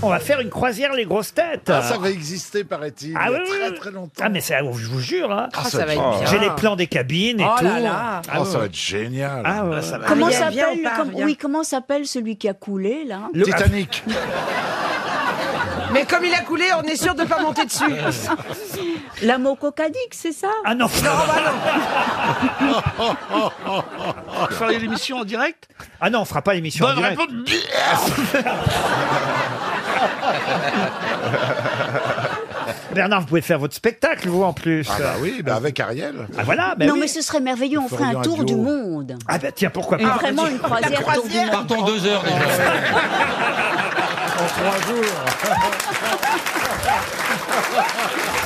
On va faire une croisière les grosses têtes. Ah, ça va exister, paraît-il, Ah il y a oui, oui, très oui. très longtemps. Ah mais c'est, je vous jure, hein. Ah, Ah, ça, ça va va être... être bien. j'ai les plans des cabines et Oh tout. là là. ah, ça va être génial. Ah, ouais, ça va. Comment Viens, viens, s'appelle on part, comme- viens. oui, comment s'appelle celui qui a coulé là Le- Titanic. Mais comme il a coulé, on est sûr de pas monter dessus. La Mococadix, c'est ça Ah non, Faire l'émission en direct ah non, on fera pas l'émission en Bonne direct. réponse Bernard, vous pouvez faire votre spectacle, vous en plus. Ah bah oui, bah avec Ariel. Ah, voilà, bah Non, oui. mais ce serait merveilleux. On ferait ferions un un tour du duo. monde. Ah bah tiens, pourquoi pas. Vraiment une croisière, tour du monde. Partons deux heures dans la- En trois jours.